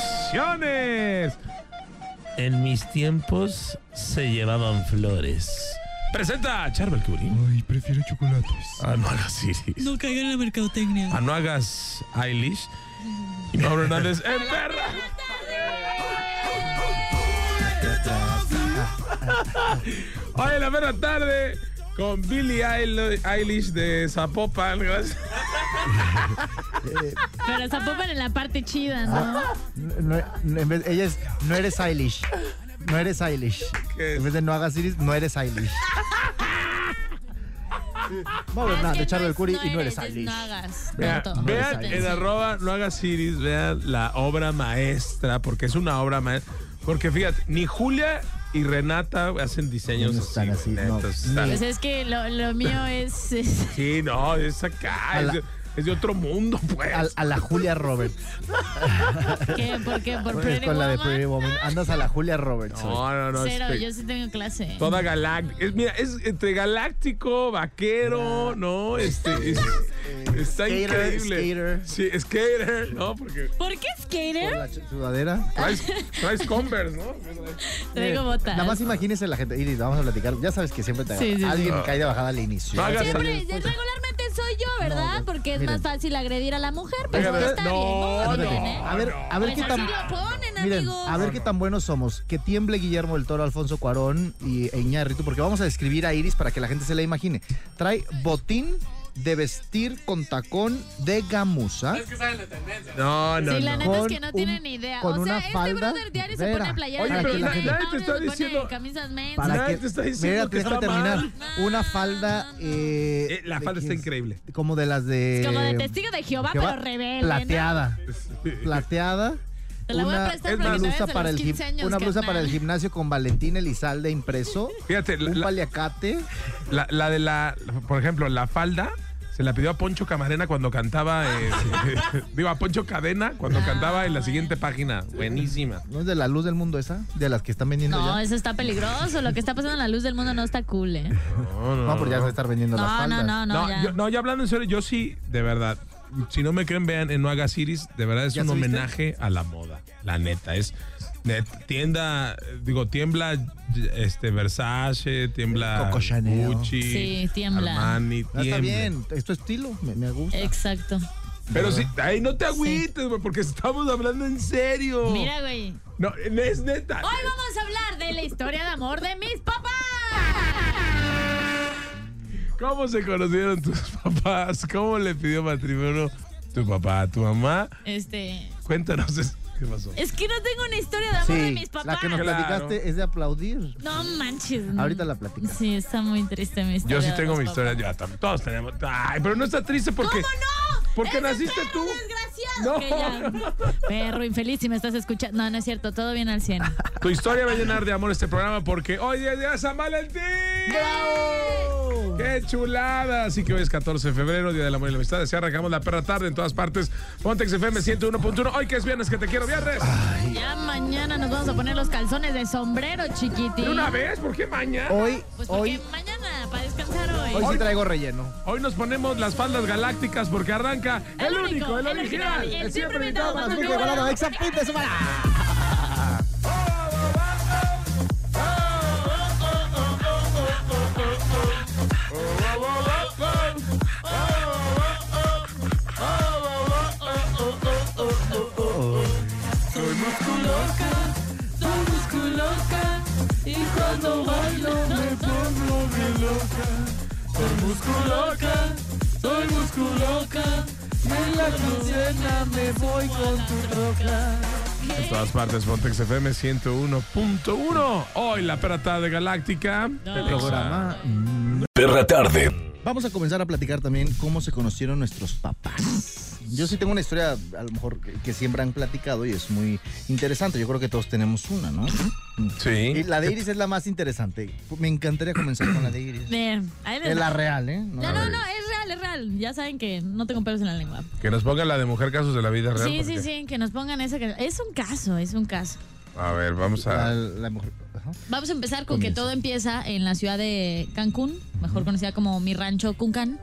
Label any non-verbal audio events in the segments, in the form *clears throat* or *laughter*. Producciones. En mis tiempos se llevaban flores. Presenta a Charbel Curry. Ay, prefiero chocolates. Ah, no hagas Iris. No caigan en la mercadotecnia. Ah, no hagas Eilish. Y Mauro Hernández en perra. Hoy en la perra tarde con Billie Eil- Eilish de Zapopan. Gracias. Pero Zapopan en la parte chida, ¿no? Ah, No, no, en vez- ella es, no eres Eilish. No eres Eilish. ¿Qué es? En vez de no hagas iris, no *laughs* eres Eilish. Ah, Mauro Hernández, Charlo del Curi y no eres es Eilish. No hagas. Vean, punto. vean Punto. en arroba no hagas iris, vean la obra maestra, porque es una obra maestra. Porque fíjate, ni Julia y Renata hacen diseños No están así. así, güey, no. neta, están- Pues es que lo, lo mío es, *laughs* es- Sí, no, es acá, A es, la- de, es de otro mundo, pues. A, a la Julia Roberts. ¿Qué? ¿Por qué? *laughs* ¿Por Es Pretty con la de Woman? Pretty Woman. Andas a la Julia Roberts. hoy. no, no, no. Cero, este, yo sí tengo clase. Toda galáctica. mira, es entre galáctico, vaquero, ¿no? Este, es- está Skater, increíble. skater. Sí, skater, ¿no, porque ¿Por qué Con skater? la ch- sudadera. traes, traes Converse, ¿no? Traigo botas. eh, Nada más imagínese la gente. Iris, vamos a platicar. Ya sabes que siempre te Sí, sí, Alguien cae de bajada al inicio. No hagas- Siempre, regularmente soy yo, ¿verdad? Porque es miren. más fácil agredir a la mujer, pero Oigan, está no, bien. Ándale. bien, ¿eh? A ver, a ver Pues qué tan. así lo ponen, Miren, amigos. a ver qué tan buenos somos. Que tiemble Guillermo del Toro, Alfonso Cuarón y e Iñárritu, porque vamos a describir a Iris para que la gente se la imagine. Trae botín de vestir con tacón de gamuza. No, no, Sí, la no. neta es Con que no tienen un- ni idea. con o sea, una este falda brother diario se vera. pone playeras Oye, pero de nadie- nadie te está se pone diciendo- camisas mens. Nadie Para que, te está diciendo Mira, que déjame está terminar. mal. Una falda. eh, Eh, la de falda está quién- increíble. Como de las de. Es como de testigo de Jehová, Jehová, pero rebelde. ¿no? Plateada. Plateada. Te la voy a para prestar una que te blusa vayas a para el los gim- 15 años, una blusa carnal. para el gimnasio con Valentín Elizalde impreso, Fíjate, *laughs* la- un la- paliacate. La, la de la, por ejemplo, la falda se la pidió a Poncho Camarena cuando cantaba, eh, *laughs* digo, a Poncho Cadena cuando cantaba en la siguiente página. Buenísima. ¿No es de la luz del mundo esa? De las que están vendiendo No, ya. eso está peligroso. Lo que está pasando en la luz del mundo no está cool, ¿eh? No, No, porque ya se van a estar vendiendo las No, no, faldas. no, no. No, ya. yo, no, ya hablando en serio, yo sí, de verdad. Si no me creen, vean en No Hagas Iris. De verdad es ¿Ya un subiste? homenaje a la moda. La neta. Es net- tienda, digo, tiembla este, Versace, tiembla Coco Chanel. Gucci. Sí, tiembla. Armani, Ah, tiembla. está bien, es tu estilo, me, me gusta. Exacto. Pero sí, ahí no te agüites, güey, porque estamos hablando en serio. Mira, güey. No, es neta. Hoy vamos a hablar de la historia de amor de mis papás. ¿Cómo se conocieron tus *laughs* papás? ¿Cómo le pidió matrimonio tu papá a tu mamá? Este. Cuéntanos es- qué pasó. Es que no tengo una historia de amor de Sí, mis papás. la que nos Claro. platicaste es de aplaudir. No manches. Ahorita la platicas. Sí, está muy triste mi historia. Yo sí de tengo los mi historia. papás. ya, tam- todos tenemos. Ay, pero no está triste porque. ¿Cómo no? Porque Ese naciste perro tú. Desgraciado. No. que ya- Perro infeliz, si me estás escuchando. No, no es cierto. Todo bien al 100. Tu historia va a llenar de amor este programa porque hoy es día de San Valentín. ¡Bravo! ¡Qué chulada! Así que hoy es 14 de febrero, Día del Amor y la Amistad. Así arrancamos la perra tarde en todas partes. Pontex FM 101.1. Hoy que es viernes, que te quiero viernes. Ya mañana nos vamos a poner los calzones de sombrero, chiquitín. ¿De una vez? ¿Por qué mañana? Hoy, Pues porque hoy, mañana, para descansar hoy. hoy sí traigo relleno. Hoy nos ponemos las faldas galácticas porque arranca el, único, el, original, y el el siempre siempre invitado invitado, más Manuel que Guevara. Guevara. Exa Pit de semana. En todas partes, Pontex FM 101.1. Hoy la perra tarde galáctica. del Exa. Programa Perra Tarde. Vamos a comenzar a platicar también cómo se conocieron nuestros papás. Yo sí tengo una historia, a lo mejor, que, que siempre han platicado y es muy interesante. Yo creo que todos tenemos una, ¿no? Y Sí. la de Iris es la más interesante. Me encantaría comenzar con la de Iris. Bien, ahí me *laughs* Es la real, ¿eh? No, No, no, no, es real, es real. Ya saben que no tengo pelos en la lengua. Que nos ponga la de mujer casos de la vida real. Sí, sí, porque- sí, que nos pongan esa. que- Es un caso, es un caso. A ver, vamos La, a. la mujer. ajá. Vamos a empezar con que Comienza. todo empieza en la ciudad de Cancún, mejor conocida como mi rancho Cuncán,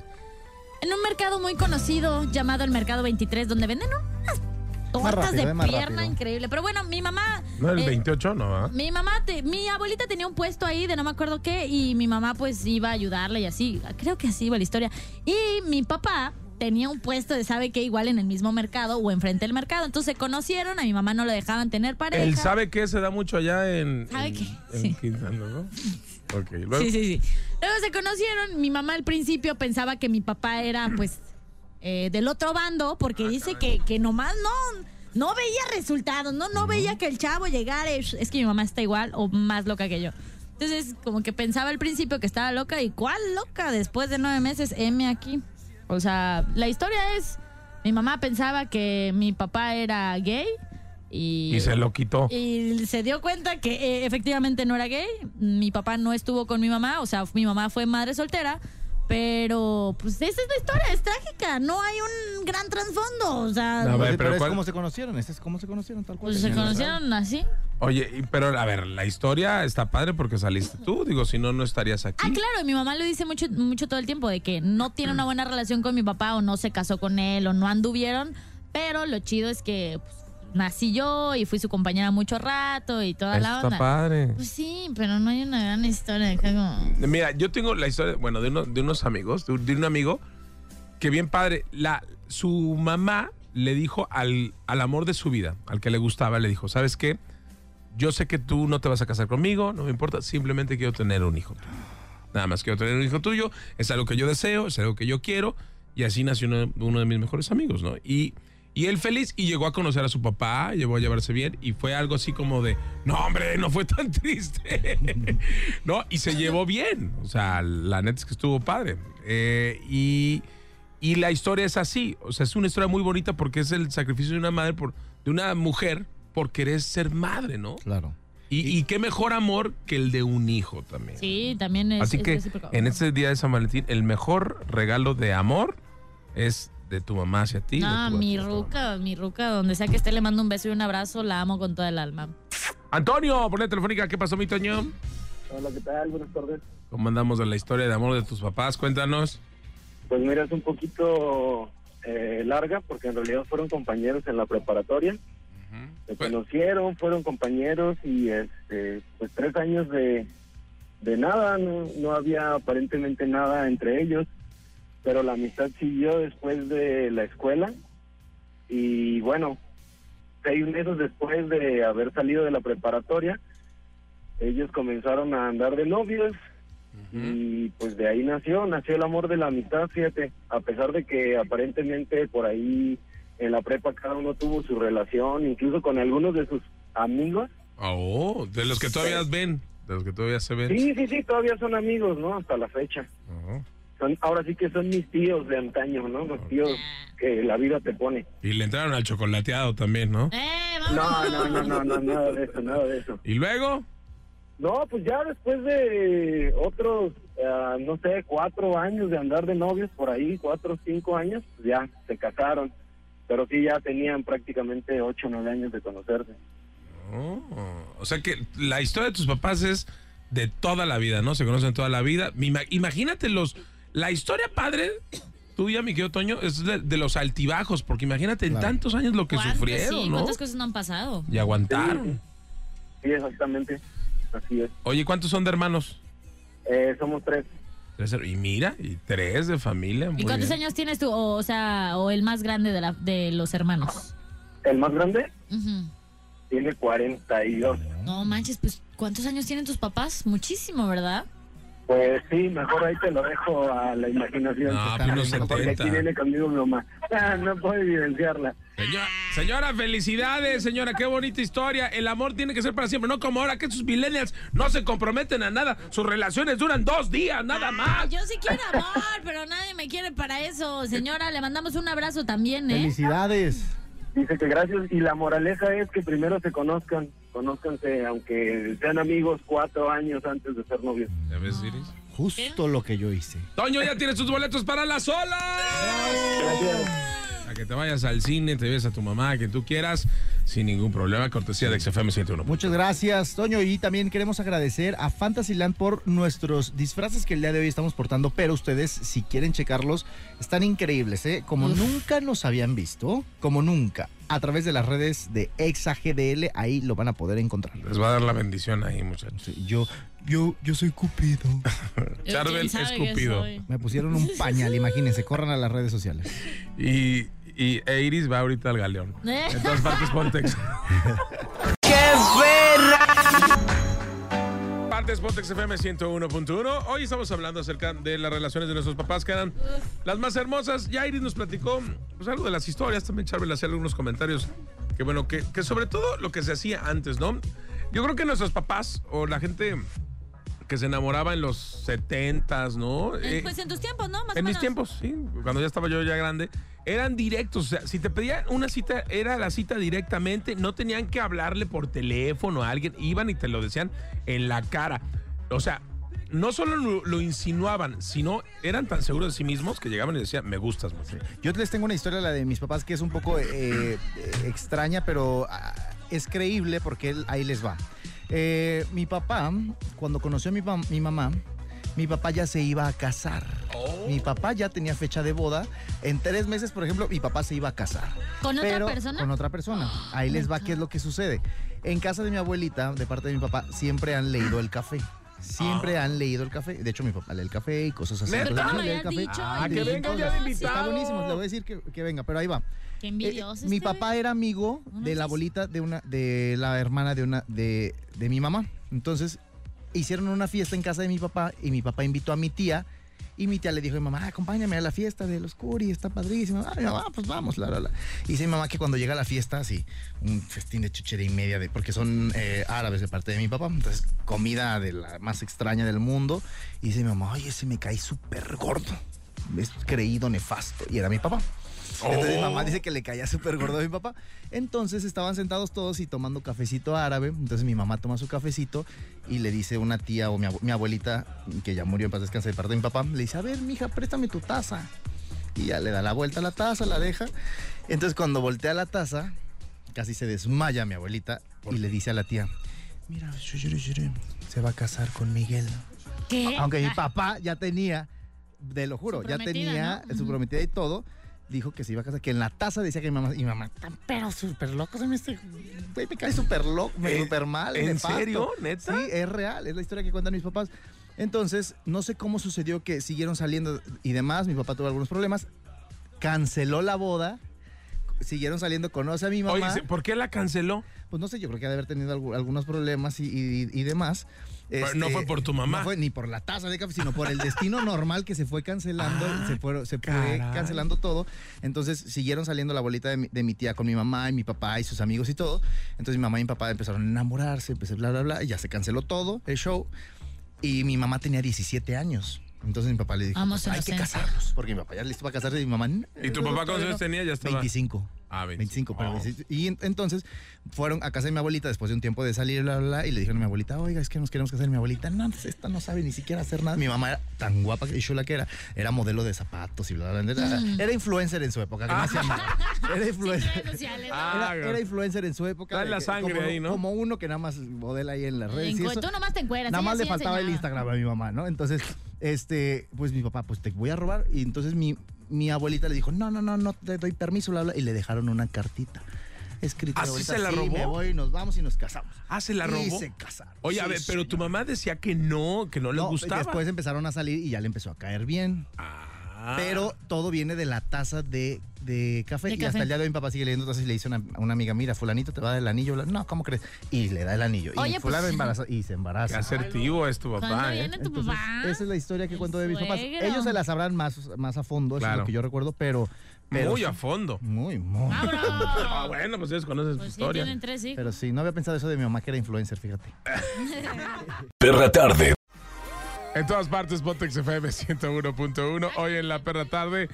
en un mercado muy conocido llamado el Mercado 23, donde venden unas Más tortas rápido, eh, de más pierna rápido. increíble. Pero bueno, mi mamá... No, el eh, 28 no, ¿ah? mi mamá, te- mi abuelita tenía un puesto ahí de no me acuerdo qué y mi mamá pues iba a ayudarla y así, creo que así iba la historia. Y mi papá tenía un puesto de sabe qué igual en el mismo mercado o enfrente del mercado, entonces se conocieron, a mi mamá no lo dejaban tener pareja. El sabe que se da mucho allá en. ¿Sabe en- qué? en Sí. Quintana, ¿no? Ok, luego. Sí, sí, sí. Luego se conocieron. Mi mamá al principio pensaba que mi papá era, pues, eh, del otro bando, porque dice que, que nomás no, no veía resultados, no, no veía que el chavo llegara. Es es que mi mamá está igual o más loca que yo. Entonces, como que pensaba al principio que estaba loca y ¿cuál loca? Después de nueve meses, M aquí. O sea, la historia es, mi mamá pensaba que mi papá era gay y... Y se lo quitó. Y se dio cuenta que eh, efectivamente no era gay. Mi papá no estuvo con mi mamá, o sea, mi mamá fue madre soltera. Pero, pues, esa es la historia, es trágica. No hay un gran trasfondo, o sea. A No, Pues, ver, pero, pero es ¿cuál- cómo se conocieron, ese es cómo se conocieron, tal cual. pues se Señora. conocieron así. Oye, y- pero a ver, la historia está padre porque saliste tú. Digo, si no, no estarías Ah, aquí. claro, y mi mamá lo dice mucho, mucho todo el tiempo, de que no tiene una buena relación con mi papá, o no se casó con él, o no anduvieron. Pero lo chido es que pues, nací yo y fui su compañera mucho rato y toda Eso la está onda. padre. Pues sí, pero no hay una gran historia. acá como- Mira, yo tengo la historia, bueno, de, uno- de unos amigos, de, un- de un amigo, que bien padre, la, su mamá le dijo al, al amor de su vida, al que le gustaba, le dijo, ¿sabes qué? Yo sé que tú no te vas a casar conmigo, no me importa, simplemente quiero tener un hijo. tuyo. Nada más quiero tener un hijo tuyo, es algo que yo deseo, es algo que yo quiero, y así nació uno, uno de mis mejores amigos, ¿no? Y, y él feliz y llegó a conocer a su papá, llegó a llevarse bien, y fue algo así como de, no hombre, no fue tan *laughs* triste, ¿no? Y se llevó bien, o sea, la neta es que estuvo padre. Eh, y, y la historia es así, o sea, es una historia muy bonita porque es el sacrificio de una madre, por, de una mujer, por querer ser madre, ¿no? Claro. Y, y qué mejor amor que el de un hijo también. Sí, también es. Así es que recíproco. en este día de San Valentín, el mejor regalo de amor es de tu mamá hacia ti. de No, tu papá Ah, mi hacia tu mamá. ruca, mi ruca, donde sea que esté, le mando un beso y un abrazo, la amo con toda el alma. Antonio, por la telefónica, ¿qué pasó, mi Toño? Hola, ¿qué tal? Buenas tardes. ¿Cómo andamos de la historia de amor de tus papás? Cuéntanos. Pues mira, es un poquito eh, larga porque en realidad fueron compañeros en la preparatoria. Se Pues- conocieron, fueron compañeros y este, pues tres años de, de nada, no, no había aparentemente nada entre ellos, pero la amistad siguió después de la escuela y bueno, seis meses después de haber salido de la preparatoria, ellos comenzaron a andar de novios y pues de ahí nació, nació el amor de la amistad, fíjate, a pesar de que aparentemente por ahí en la prepa cada uno tuvo su relación, incluso con algunos de sus amigos. Oh, de los que todavía ven. De los que todavía se ven. Oh. Sí, sí, sí, todavía son amigos, ¿no? Hasta la fecha. Ajá. Son, ahora sí que son mis tíos de antaño, ¿no? Los tíos que la vida te pone. Y le entraron al chocolateado también, ¿no? ¡Eh, No, vámonos! no, no, no, no, nada de eso, nada de eso. Y luego, No, pues ya después de otros, ah, no sé, cuatro años de andar de novios por ahí, cuatro o cinco años, pues ya se casaron. Pero sí, ya tenían prácticamente ocho o nueve años de conocerse. Oh, o sea que la historia de tus papás es de toda la vida, ¿no? Se conocen toda la vida. Mi ima- Imagínate los. La historia padre tuya, mi querido Toño, es de, de los altibajos, porque imagínate en Claro. tantos años lo que ¿Cuántas, sufrieron, sí, ¿no? ¿Cuántas cosas no han pasado? Y aguantaron. Sí, exactamente. Así es. Oye, ¿cuántos son de hermanos? Eh, somos tres. Tres her- Y mira, y tres de familia. muy ¿Y cuántos bien. años tienes tú? O, o sea, o el más grande de, la, de los hermanos. El más grande Ujú. tiene 42. No manches, pues, ¿cuántos años tienen tus papás? Muchísimo, ¿verdad? Pues sí, mejor ahí te lo dejo a la imaginación. No, pues unos Porque aquí 70. viene conmigo mi mamá. Ah, no puedo evidenciarla. Señora, Señora, felicidades, señora, qué bonita historia. El amor tiene que ser para siempre, no como ahora que sus millennials no se comprometen a nada. Sus relaciones duran dos días, nada más. Yo sí quiero amor, pero nadie me quiere para eso. Señora, le mandamos un abrazo también, ¿eh? Felicidades. Dice que gracias y la moraleja es que primero se conozcan, conózcanse, aunque sean amigos cuatro años antes de ser novios. ¿Ya ves, Iris? Justo lo que yo hice. Toño ya tiene sus boletos para la sola. Gracias. A que te vayas al cine, te ves a tu mamá, a quien tú quieras, sin ningún problema. Cortesía de XFM 101. Muchas gracias, Toño. Y también queremos agradecer a Fantasyland por nuestros disfraces que el día de hoy estamos portando. Pero ustedes, si quieren checarlos, están increíbles, ¿eh? Como nunca nos habían visto, como nunca. A través de las redes de ExaGDL, ahí lo van a poder encontrar. Les va a dar la bendición ahí, muchachos. Sí, Yo, yo, yo soy Cupido. Charbel ¿Quién es sabe qué Cupido. soy? Me pusieron un pañal, imagínense. Corran a las redes sociales. Y, y e Iris va ahorita al galeón. *laughs* ¿Eh? En todas partes Pontex. Partes Pontex FM 101.1. Hoy estamos hablando acerca de las relaciones de nuestros papás que eran las más hermosas. Ya Iris nos platicó pues, algo de las historias. También Charbel hacía algunos comentarios. Que bueno, que, que sobre todo lo que se hacía antes, ¿no? Yo creo que nuestros papás o la gente que se enamoraba en los 70s, ¿no? Eh, Eh, Pues en tus tiempos, ¿no? Más o en mis menos. tiempos, sí, cuando ya estaba yo ya grande, eran directos. O sea, si te pedían una cita, era la cita directamente. No tenían que hablarle por teléfono a alguien. Iban y te lo decían en la cara. O sea, no solo lo, lo insinuaban, sino eran tan seguros de sí mismos que llegaban y decían, me gustas mucho. Yo les tengo una historia, la de mis papás, que es un poco eh, eh, extraña, pero ah, es creíble porque él- ahí les va. Eh, mi papá, cuando conoció a mi, pam- mi mamá, mi papá ya se iba a casar. Mi papá ya tenía fecha de boda. En tres meses, por ejemplo, mi papá se iba a casar. ¿Con otra Pero persona? Con otra persona. Ahí les va qué es lo que sucede. En casa de mi abuelita, de parte de mi papá, siempre han leído el café. Siempre han leído el café. De hecho, mi papá lee el café y cosas así. Ah. ¿Neta? Entonces, Ah, yo me leía habías dicho, Ah, ay, que qué venga ya envidioso. de Está invitado. buenísimo, le voy a decir que, que venga, pero ahí va. Qué Eh, envidioso. mi este papá güey. era amigo No de la manches. abuelita de una, de la hermana de una, de, de mi mamá. Entonces, hicieron una fiesta en casa de mi papá y mi papá invitó a mi tía. Y mi tía le dijo a mi mamá, "Ah, acompáñame a la fiesta de los Curi, está padrísimo. Ah, mi mamá, pues vamos, la, la, la. Y dice mi mamá que cuando llega a la fiesta, así, un festín de chuchería y media, de, porque son eh, árabes de parte de mi papá, entonces comida de la más extraña del mundo. Y dice mi mamá, oye, ese me caí súper gordo, es creído nefasto. Y era mi papá. Entonces mi mamá dice que le caía súper gordo a mi papá. Entonces estaban sentados todos y tomando cafecito árabe. Entonces mi mamá toma su cafecito y le dice una tía o mi, abu- mi abuelita, que ya murió en paz descanse de parte de mi papá, le dice, a ver, mija, préstame tu taza. Y ya le da la vuelta a la taza, la deja. Entonces cuando voltea la taza, casi se desmaya mi abuelita y le dice a la tía, mira, se va a casar con Miguel. ¿Qué? Aunque Ah, mi papá ya tenía, te lo juro, Su ya prometida, tenía ¿no? su Ujú. prometida y todo. Dijo que se iba a casar, que en la taza decía que mi mamá, y mi mamá, tan pero súper loco, se me este, güey, me cae súper loco, me Eh, súper mal. ¿en nefasto". serio? ¿Neta? Sí, es real, es la historia que cuentan mis papás. Entonces, no sé cómo sucedió que siguieron saliendo y demás, mi papá tuvo algunos problemas, canceló la boda, siguieron saliendo, conoce a mi mamá. Oye, ¿por qué la *laughs* canceló? Pues no sé, yo creo que ha de haber tenido algu- algunos problemas y, y- y demás. Este, Pero no fue por tu mamá. No fue ni por la taza de café, sino por el destino normal que se fue cancelando, se fue, se fue Ah, caray. cancelando todo. Entonces siguieron saliendo la bolita de mi, de mi tía con mi mamá y mi papá y sus amigos y todo. Entonces mi mamá y mi papá empezaron a enamorarse, empecé bla, bla, bla, y ya se canceló todo el show. Y mi mamá tenía 17 años. Entonces mi papá le dijo, Vamos, "Pues, hay que inocencia". casarnos, porque mi papá ya listo para casarse y mi mamá... "No, ¿Y tu no, papá cuántos todavía años no". tenía? Ya estaba. 25. Ah, 25, 25. pero Oh. 26. Y en- entonces fueron a casa de mi abuelita después de un tiempo de salir, bla, bla, bla, y le dijeron a mi abuelita, oiga, es que nos queremos casar. Y Mi abuelita, no, pues esta no sabe ni siquiera hacer nada. Mi mamá era tan guapa y chula que era. Era modelo de zapatos y bla, bla, bla. Era, era influencer en su época, que más se amaba. Era influencer. Redes sociales, Ah, Era, güey. era influencer en su época. Está de en la que- sangre como, ahí, ¿no? Como uno que nada más modela ahí en las ¿no? redes. y En cu- eso. Tú nomás te encueras. Nada ella más sí le faltaba el enseñaba. Instagram a mi mamá, ¿no? Entonces, este, pues mi papá, pues te voy a robar. Y entonces mi, mi abuelita le dijo, no, no, no, no te doy permiso, bla, bla. Y le dejaron una cartita escrita. ¿Así abuelita, ¿Ah, se la "Sí, robó? me voy, nos vamos y nos casamos. Ah, se la Y robó. se casaron. Oye, a Sí, ver, pero tu mamá decía que no, que no le No, gustaba. Después empezaron a salir y ya le empezó a caer bien. Ah. Pero todo viene de la taza de, de café. De y café. hasta el día de hoy mi papá sigue leyendo tazas y le dice a una, a una amiga, mira, fulanito te va a dar el anillo. Bla- No, ¿cómo crees? Y le da el anillo. Oye, y fulano pues- embaraza y se Qué embaraza. asertivo es tu Cuando papá, ¿eh? viene tu Entonces, papá. Esa es la historia que el cuento de mis papás. suegro. Ellos se la sabrán más, más a fondo, eso es Claro. lo que yo recuerdo, pero Pero Muy sí, a fondo. Muy, muy. *laughs* Ah, bueno, pues ellos conocen su Pues sí, historia. tienen tres hijos. Pero sí, no había pensado eso de mi mamá que era influencer, fíjate. Perra tarde. En todas partes, Pontex FM 101.1. Hoy en la perra tarde,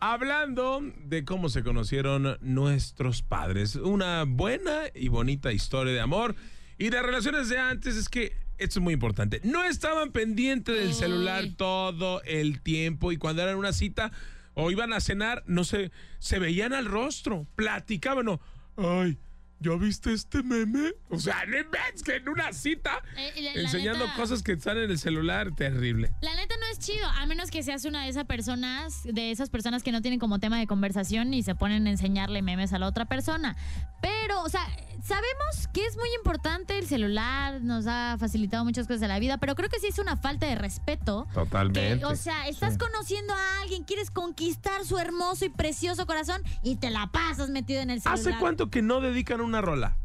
hablando de cómo se conocieron nuestros padres. Una buena y bonita historia de amor. Y de relaciones de antes, es que esto es muy importante. No estaban pendientes del celular todo el tiempo. Y cuando eran una cita o iban a cenar, no se, se veían al rostro. Platicaban. o, Ay, ¿ya viste este meme? O sea, no inventes que en una cita Eh, la- la enseñando neta- cosas que están en el celular, terrible. La neta no es chido, a menos que seas una de esas personas, de esas personas que no tienen como tema de conversación y se ponen a enseñarle memes a la otra persona. Pero, o sea, sabemos que es muy importante el celular, nos ha facilitado muchas cosas de la vida, pero creo que sí es una falta de respeto. Totalmente. Que, o sea, estás conociendo a alguien, quieres conquistar su hermoso y precioso corazón y te la pasas metido en el celular. ¿Hace cuánto que no dedican una rola?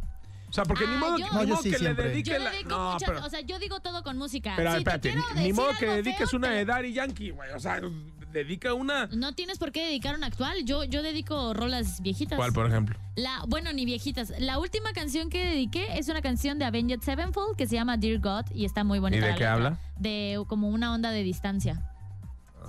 O sea, porque Ah, ni modo, yo- ni No, yo modo sí que siempre. le Yo dediquen le la... dedico No, muchas- pero, o sea, yo digo todo con música. pero Si te espérate, quiero ni- ni decir modo que algo dediques feo, una te- de Daddy Yankee, güey. O sea, dedica una... No tienes por qué dedicar una actual. Yo, yo dedico rolas viejitas. ¿Cuál, por ejemplo? La, bueno, ni viejitas. La última canción que dediqué es una canción de Avenged Sevenfold que se llama Dear God y está muy bonita. ¿Y de la qué letra. habla? De como una onda de distancia.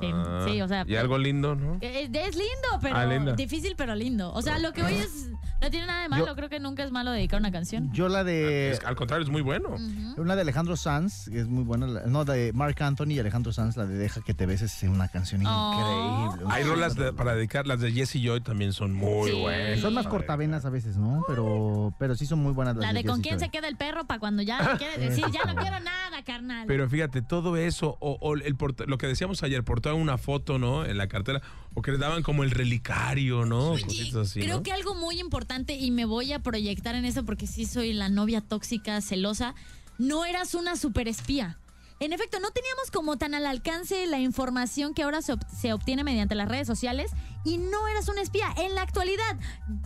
Sí, Ah, sí, o sea. pues, eh, Y algo lindo, ¿no? Es, es lindo, pero Ah, lindo. difícil, pero lindo. O sea, lo que hoy es. No tiene nada de malo. Creo que nunca es malo dedicar una canción. Yo la de. Ah, Es- al contrario, es muy bueno. Mm. Una de Alejandro Sanz, que es muy buena. la- No, de Mark Anthony y Alejandro Sanz, la de Deja que te beses, es una canción Oh. increíble. Hay rolas de- para dedicar, las de Jesse Joy también son muy Sí. buenas. Son más cortavenas a veces, ¿no? Pero, pero sí son muy buenas las La de Jesse con quién Joy. se queda el perro para cuando ya le quieres decir, ya *laughs* no quiero nada, carnal. Pero fíjate, todo eso, o, o el porta- lo que decíamos ayer, portaban una foto, ¿no? En la cartera, o que les daban como el relicario, ¿no? Cositas así, Creo ¿no? que algo muy importante y me voy a proyectar en eso porque sí soy la novia tóxica, celosa. No eras una superespía. En efecto, no teníamos como tan al alcance la información que ahora se, ob- se obtiene mediante las redes sociales y no eras una espía. En la actualidad,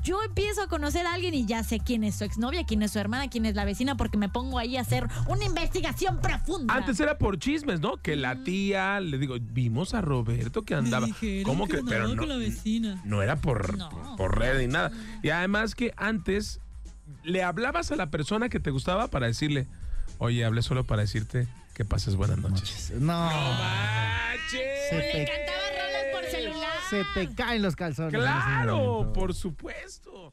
yo empiezo a conocer a alguien y ya sé quién es su exnovia, quién es su hermana, quién es la vecina porque me pongo ahí a hacer una investigación profunda. Antes era por chismes, ¿no? Que Mm. la tía, le digo, vimos a Roberto que andaba. ¿Cómo que? Pero no, no era por, No. por, por red ni nada. Y además que antes le hablabas a la persona que te gustaba para decirle, oye, hablé solo para decirte que pases buenas noches. No, ¡Manches! Se te- Cantaba rolas por celular. se te caen los calzones. en ese Claro, momento. por supuesto.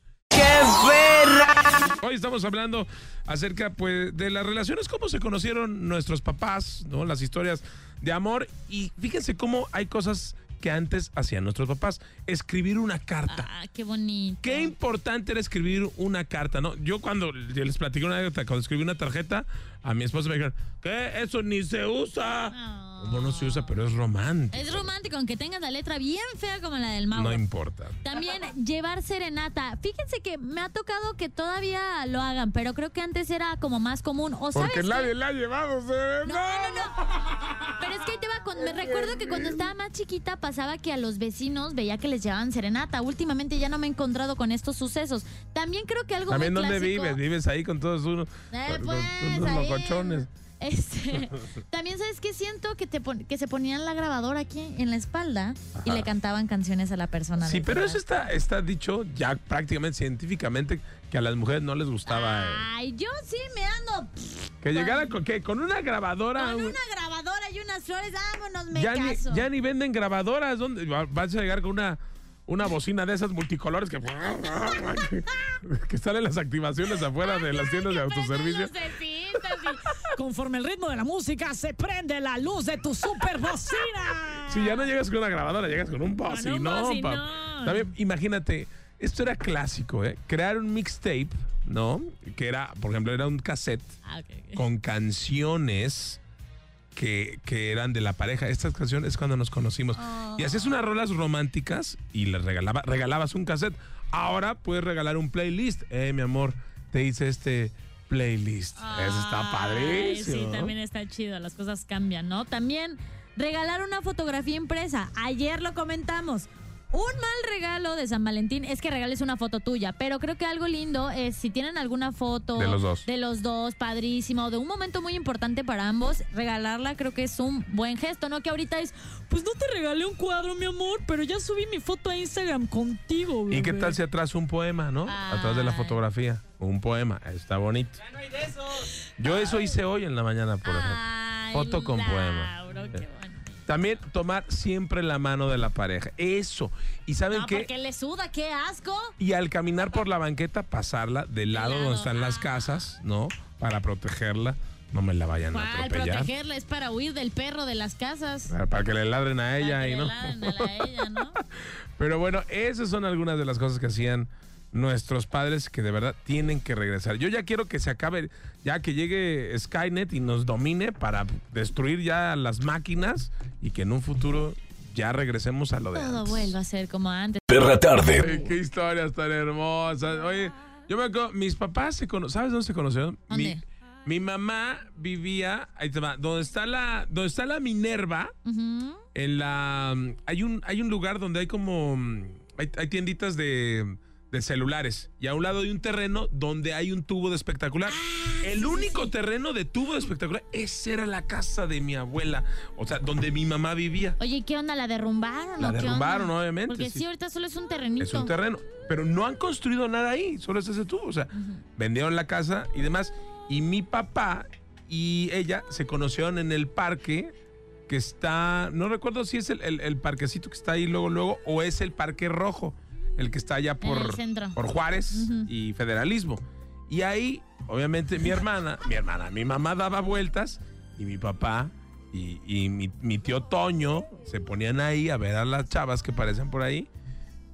¡Qué verra! Hoy estamos hablando acerca pues, de las relaciones, cómo se conocieron nuestros papás, ¿no? Las historias de amor. Y fíjense cómo hay cosas que antes hacían nuestros papás. Escribir una carta. Ah, qué bonito. Qué importante era escribir una carta, ¿no? Yo cuando yo les platiqué una anécdota, cuando escribí una tarjeta, a mi esposa me dijeron, ¿qué? Eso ni se usa. Ah. Como no se usa, pero es romántico. Es romántico, aunque tengas la letra bien fea como la del Mauro. No importa. También llevar serenata. Fíjense que me ha tocado que todavía lo hagan, pero creo que antes era como más común. O sabes Porque qué? nadie la ha llevado, se No, no, no. Pero es que ahí te va con- Me recuerdo que cuando estaba más chiquita pasaba que a los vecinos veía que les llevaban serenata. Últimamente ya no me he encontrado con estos sucesos. También creo que algo También muy dónde clásico- vives, vives ahí con todos unos, Eh, con- pues, con unos ahí, locochones. este, *laughs* también sabes que siento que te pon- que se ponían la grabadora aquí en la espalda y le cantaban canciones a la persona. Sí, de pero atrás. eso está, está dicho ya prácticamente científicamente que a las mujeres no les gustaba eh, Ay, yo sí me ando que llegaran con qué, con una grabadora. pues. con güey. una grabadora y unas flores. Vámonos, me ya, ni, caso. ya ni venden grabadoras, ¿dónde Va- vas a llegar con una una bocina de esas multicolores que, *laughs* que, salen las activaciones afuera de las tiendas de autoservicio. *laughs* Conforme el ritmo de la música se prende la luz de tu super bocina. Si ya no llegas con una grabadora, llegas con un bocinón. pap. bocinón. También, imagínate, esto era clásico, ¿eh? Crear un mixtape, ¿no? Que era, por ejemplo, era un cassette Ah, ok, ok. con canciones que, que eran de la pareja. Estas canciones es cuando nos conocimos. Ah. Y hacías unas rolas románticas y les regalaba, regalabas un cassette. Ahora puedes regalar un playlist. Eh, mi amor, te hice este playlist. Eso está Ay, padrísimo. Sí, también está chido, las cosas cambian, ¿no? También regalar una fotografía impresa. Ayer lo comentamos. Un mal regalo de San Valentín es que regales una foto tuya, pero creo que algo lindo es si tienen alguna foto De los dos. de los dos, padrísimo, de un momento muy importante para ambos, regalarla creo que es un buen gesto, ¿no? Que ahorita es, pues no te regalé un cuadro, mi amor, pero ya subí mi foto a Instagram contigo, ¿Y qué bebé". tal si atrás un poema, no? Atrás de la Ay. fotografía. Un poema. Está bonito. Yo eso hice hoy en la mañana, Ah. por ejemplo. Ay, Foto con poema. Lauro, qué bonito. También tomar siempre la mano de la pareja. Eso. ¿Y saben No, qué? Ah, porque le suda, qué asco. Y al caminar por la banqueta, pasarla del lado lado, donde están las ah. casas, ¿no? Para protegerla. No me la vayan a ¿Cuál? atropellar. Protegerla es para huir del perro de las casas. Para- Para que le ladren a ella Para que y le no. ladren a *laughs* la ella, ¿no? Pero bueno, esas son algunas de las cosas que hacían nuestros padres que de verdad tienen que regresar. Yo ya quiero que se acabe, ya que llegue Skynet y nos domine para destruir ya las máquinas y que en un futuro ya regresemos a lo de Todo antes. vuelva a ser como antes. Perra tarde. Ay, qué historias tan hermosas. Oye, yo me acuerdo, mis papás se conocieron, ¿sabes dónde se conocieron? Mi, ¿Dónde? mi mamá vivía, ahí te va, donde está la, donde está la Minerva, Ujú. en la mm, hay un hay un lugar donde hay como mm, hay, hay tienditas de, de celulares y a un lado hay un terreno donde hay un tubo de espectacular. El único terreno de tubo de espectacular esa era la casa de mi abuela, o sea, donde mi mamá vivía. Oye, ¿qué onda? ¿La derrumbaron? La o qué onda? derrumbaron, obviamente, Porque sí. sí, ahorita solo es un terrenito. Es un terreno, pero no han construido nada ahí, solo es ese tubo, o sea, vendieron la casa y demás y mi papá y ella se conocieron en el parque que está, no recuerdo si es el, el- el parquecito que está ahí luego, luego, o es el Parque Rojo, el que está allá En el por, centro. por Juárez Ujú. y Federalismo. Y ahí, obviamente, mi hermana, mi hermana, mi mamá daba vueltas y mi papá y, y mi, mi tío Toño se ponían ahí a ver a las chavas que parecen por ahí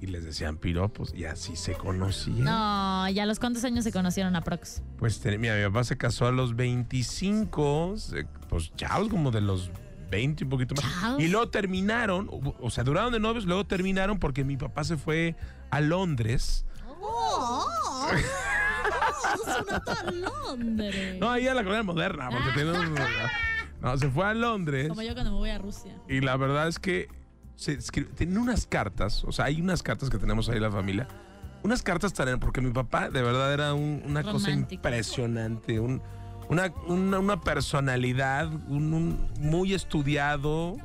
y les decían piropos y así se conocían. No, ya a los cuántos años se conocieron *laughs* a Prox. Pues ten- mira, mi papá se casó a los 25, se- pues chavos, como de los 20, un poquito más. Chavos. Y luego terminaron, o- o sea, duraron de novios, luego terminaron porque mi papá se fue a Londres. Londres. No, ahí a la colonia moderna, porque tiene *laughs* un- No, se fue a Londres. Ah. Como yo cuando me voy a Rusia. Y la verdad es que se escri- tienen unas cartas, o sea, hay unas cartas que tenemos ahí la familia. Unas cartas tan... Porque mi papá de verdad era un- una cosa Romántico. impresionante, un- una, una- una personalidad, un, un muy estudiado,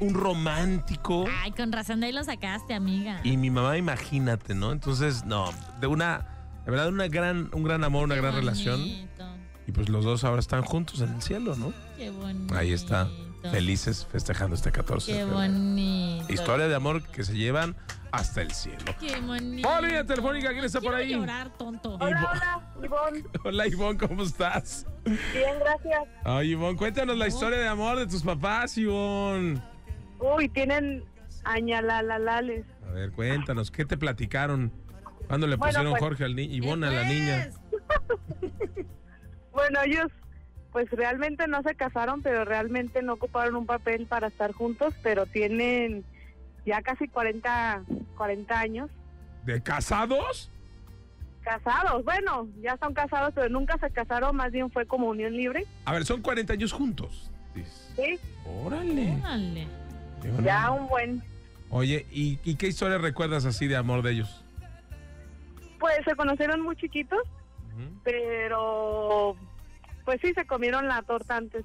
un romántico. Ay, con razón de ahí lo sacaste, amiga. Y mi mamá, imagínate, ¿no? Entonces, no, de una... De verdad, una gran, un gran amor, una gran Qué relación. bonito, Y pues los dos ahora están juntos en el cielo, ¿no? Qué bonito. Ahí está, felices festejando este 14. de Qué febrero. bonito. Historia de amor que se llevan hasta el cielo. *laughs* Qué bonito. Hola, línea telefónica, ¿quién está por Quiero ahí? llorar, tonto. Ivo- Hola, Ivonne. Hola, Ivonne, ¿cómo estás? Bien, gracias. Ay, Ivonne, cuéntanos la historia de amor de tus papás, Ivonne. Uy, tienen añalalalales. A ver, cuéntanos, ¿qué te platicaron? ¿Cuándo le Bueno, pusieron pues- Jorge al niño, Ivonne a la niña? Bueno, ellos pues realmente no se casaron, pero realmente no ocuparon un papel para estar juntos, pero tienen ya casi 40, 40 años ¿De casados? casados. Bueno, ya son casados, pero nunca se casaron, más bien fue como unión libre. A ver, son 40 años juntos. Dices, Sí, Órale. Órale. Qué bueno. ya un buen Oye, ¿y, y qué historia recuerdas así de amor de ellos? Pues se conocieron muy chiquitos, Ujú. pero pues sí se comieron la torta antes.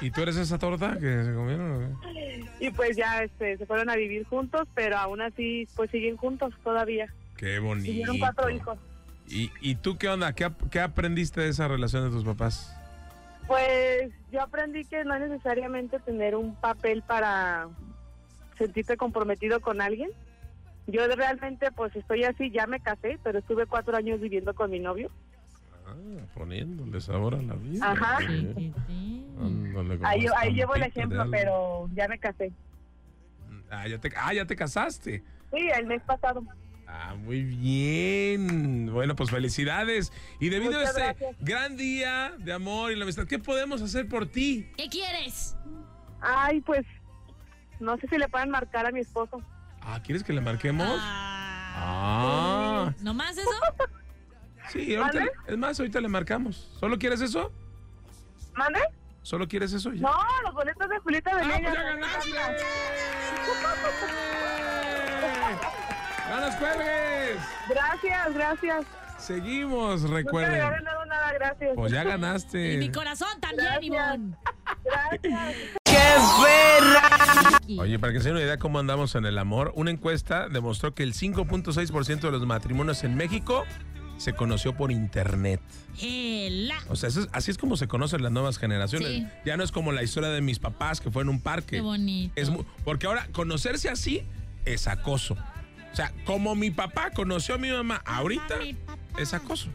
¿Y tú eres esa torta que se comieron? o qué? Y pues ya este, se fueron a vivir juntos, pero aún así pues siguen juntos todavía. Qué bonito. Tuvieron cuatro hijos. ¿Y, y tú qué onda? ¿Qué, ap- qué aprendiste de esa relación de tus papás? Pues yo aprendí que no es necesariamente tener un papel para sentirte comprometido con alguien. Yo realmente pues estoy así, ya me casé, pero estuve cuatro años viviendo con mi novio. Ah, poniéndole sabor a la vida. Ajá. Sí. Chiquitín. Ándale, como Ahí, ahí estampita llevo el de ejemplo, algo. pero ya me casé. Ah ya, te, ah, ya te casaste. Sí, el mes pasado. Ah, muy bien. Bueno, pues felicidades. Y debido a Muchas este gracias. gran día de amor y la amistad, ¿qué podemos hacer por ti? ¿Qué quieres? Ay, pues no sé si le pueden marcar a mi esposo. Ah, ¿quieres que le marquemos? Ah. Ah, ¿No más eso? sí, ahorita, ¿Vale? es más, ahorita le marcamos. ¿Solo quieres eso? ¿Mande? ¿Solo quieres eso? Ya. pues No, pues, los boletos de Julieta ¡Ah, Venegas. pues ya ganaste! ¡No nos cuelgues! *laughs* Gracias, gracias. Seguimos, Nunca me recuerden. había ganado nada, gracias. Pues ya ganaste. Y mi corazón también, Ivonne. Oye, para que se den una idea cómo andamos en el amor, una encuesta demostró que el 5.6% de los matrimonios en México se conoció por internet. Ela. O sea, eso es- así es como se conocen las nuevas generaciones. Sí. Ya no es como la historia de mis papás que fue en un parque. Qué bonito. Es mu- porque ahora conocerse así es acoso. O sea, como mi papá conoció a mi mamá ahorita, es acoso.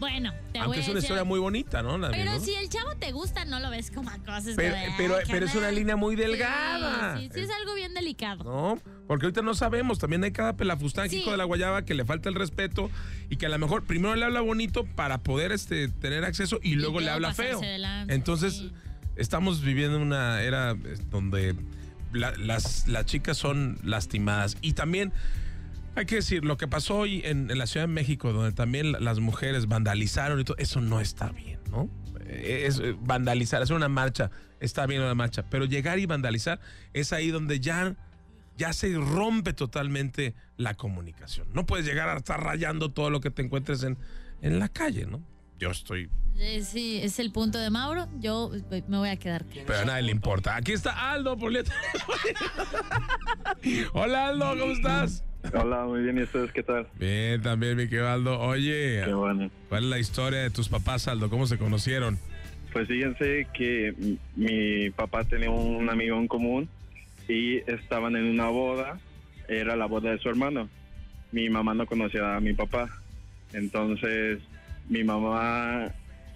Bueno, te voy Aunque a es una decir- historia muy bonita, ¿no? La de mi Pero mamá. si el chavo te gusta, no lo ves como acoso. Pero- güey. pero- Ay, qué pero es una mal. línea muy Sí, delgada. Sí, sí, es algo bien delicado. No, porque ahorita no sabemos. También hay cada pelafustán Sí. hijo de la guayaba que le falta el respeto y que a lo mejor primero le habla bonito para poder este, tener acceso y luego le luego habla pasarse feo. de lanza, Entonces, sí. estamos viviendo una era eh, donde la- las, las chicas son lastimadas. Y también hay que decir, lo que pasó hoy en, en la Ciudad de México, donde también la- las mujeres vandalizaron y todo, eso no está bien, ¿no? Eh, Es eh, vandalizar, hacer una marcha, está bien una marcha, pero llegar y vandalizar es ahí donde ya, ya se rompe totalmente la comunicación. No puedes llegar a estar rayando todo lo que te encuentres en, en la calle, ¿no? Yo estoy, Eh, sí, es el punto de Mauro. Yo eh, me voy a quedar callada. pero a nadie le importa. Aquí está Aldo por el- *laughs* Hola Aldo, ¿cómo estás? Hola, muy bien. ¿Y ustedes qué tal? Bien, también, mi querido Aldo. Oye, Qué bueno. ¿Cuál es la historia de tus papás, Aldo? ¿Cómo se conocieron? Pues fíjense que mi- mi papá tenía un amigo en común y estaban en una boda. Era la boda de su hermano. Mi mamá no conocía a mi papá. Entonces, mi mamá,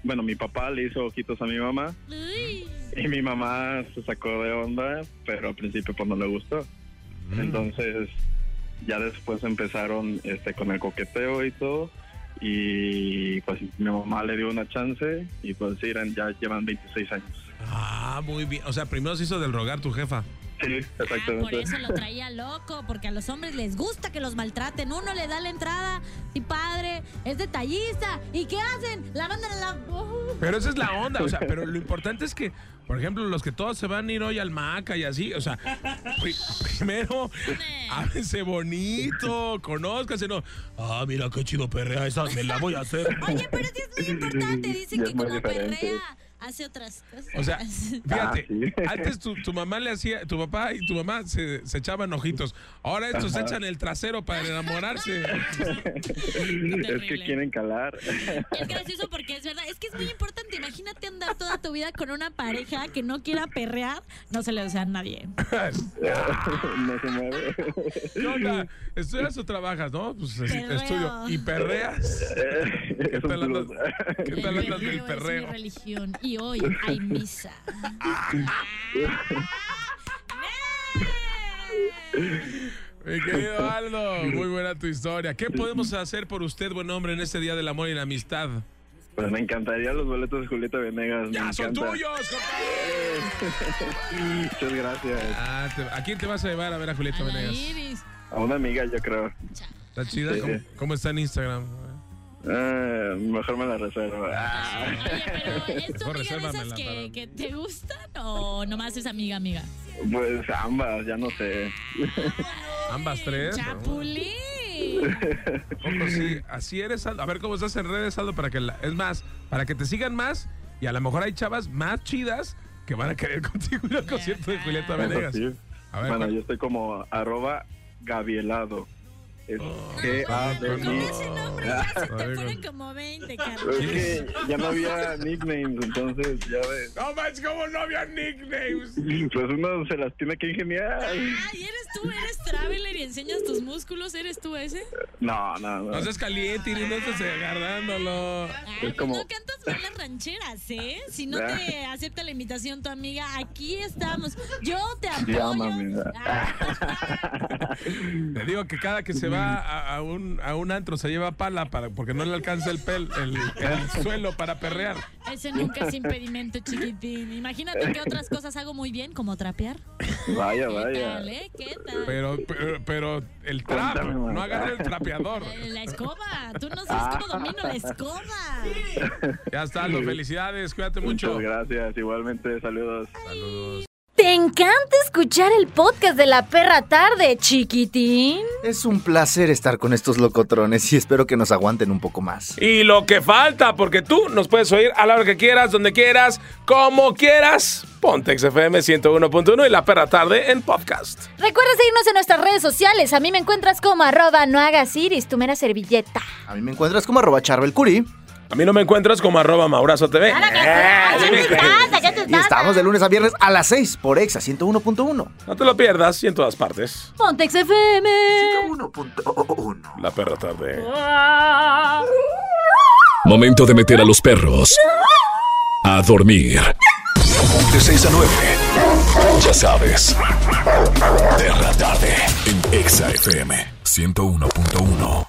bueno, mi papá le hizo ojitos a mi mamá Ah, y mi mamá se sacó de onda, pero al principio pues no le gustó. Mm. Entonces, ya después empezaron este con el coqueteo y todo. Y pues mi mamá le dio una chance y pues sí, eran- ya llevan 26 años. Ah, muy bien. O sea, primero se hizo del rogar tu jefa. Sí, Por exactamente. eso lo traía loco, porque a los hombres les gusta que los maltraten. Uno le da la entrada, y padre, es detallista. ¿Y qué hacen? La mandan a la. Oh. Pero esa es la onda, o sea, pero lo importante es que, por ejemplo, los que todos se van a ir hoy al Maca y así, o sea, pri- primero, háblense bonito, conózcanse, no. Ah, mira qué chido perrea esa, me la voy a hacer. Oye, pero sí es *laughs* muy importante. Dicen Ya que es muy como diferente. perrea hace otras cosas. O *laughs* sea, Ah, fíjate, *laughs* antes tu, tu mamá le hacía, tu papá y tu mamá se, se echaban ojitos. Ahora estos Ajá. echan el trasero para *laughs* enamorarse. es que quieren *laughs* calar. *laughs* Es gracioso porque es verdad. Es que es muy importante. Imagínate andar toda tu vida con una pareja que no quiera perrear. No se le desea a nadie. no se mueve. ¿Qué onda? ¿Estudias o trabajas, no? Pues es- estudio. ¿Y perreas? Eh, ¿Qué tal andas, qué tal andas del Es mi perreo? religión. Y hoy *laughs* hay misa. Mi querido Aldo, muy buena tu historia. ¿Qué podemos hacer por usted, buen hombre, en este Día del Amor y la Amistad? *laughs* Pues me encantaría los boletos de Julieta Venegas. ¡Ya me son encanta. tuyos, Muchas gracias. Ah, te- ¿A quién te vas a llevar a ver a Julieta Venegas? *laughs* A una amiga, yo creo. ¿Está chida? Sí. ¿Cómo, cómo está en Instagram? Eh, mejor me la reservo. Ah. ¿Es tu Mejor amiga de esas resérvamela que, que te gustan o nomás es amiga, amiga? Pues ambas, ya no sé. ¿Ambas tres? ¡Chapulín! *clears throat* Ojo, sí, así eres, Aldo. A ver cómo estás en redes, Aldo, para que, la- es más, para que te sigan más y a lo mejor hay chavas más chidas que van a querer *laughs* contigo ir al concierto de Julieta Venegas. Sí. A ver, bueno, ¿cuál? yo estoy como arroba gabielado. Es Oh, que Ah, Ah, Fueron como 20, Es Carlos. que ya no había nicknames, entonces ya ves. No manches, ¿cómo no había nicknames? Pues uno se las tiene que ingeniar. Ay, eres tú, eres Traveler y enseñas tus músculos, ¿eres tú ese? No, no, no. No seas caliente, Iris, no estés agarrándolo. Ay, pues no cantas mal las rancheras, ¿eh? Si no te acepta la invitación tu amiga, aquí estamos. Yo te apoyo. Ah. Llámame. Te digo que cada que se va a, a un, a un antro se lleva pala para, porque no le alcanza el, pel, el, el suelo para perrear. Ese nunca es impedimento, chiquitín. Imagínate que otras cosas hago muy bien, como trapear. *laughs* Vaya, ¿Qué vaya. tal, eh? ¿Qué tal? Pero, pero, pero el trap, Cuéntame, man. no agarra el trapeador. Eh, La escoba. Tú no sabes cómo domino la escoba. Ya está, Aldo, felicidades, cuídate mucho. Muchas gracias. Igualmente, saludos. Saludos. ¿Te encanta escuchar el podcast de la perra tarde, chiquitín? Es un placer estar con estos locotrones y espero que nos aguanten un poco más. Y lo que falta, porque tú nos puedes oír a la hora que quieras, donde quieras, como quieras. Pontex FM 101.1 y La Perra Tarde en podcast. Recuerda seguirnos en nuestras redes sociales. A mí me encuentras como arroba no hagas iris, tu mera servilleta. A mí me encuentras como arroba charbelcuri. A mí no me encuentras como arroba maurazo Eh, TV. Y estamos de lunes a viernes a las 6 por Exa 101.1. No te lo pierdas y en todas partes. Pontex FM. La Perra Tarde. Momento de meter a los perros a dormir. De 6 a 9. Ya sabes. Perra tarde en Exa FM 101.1.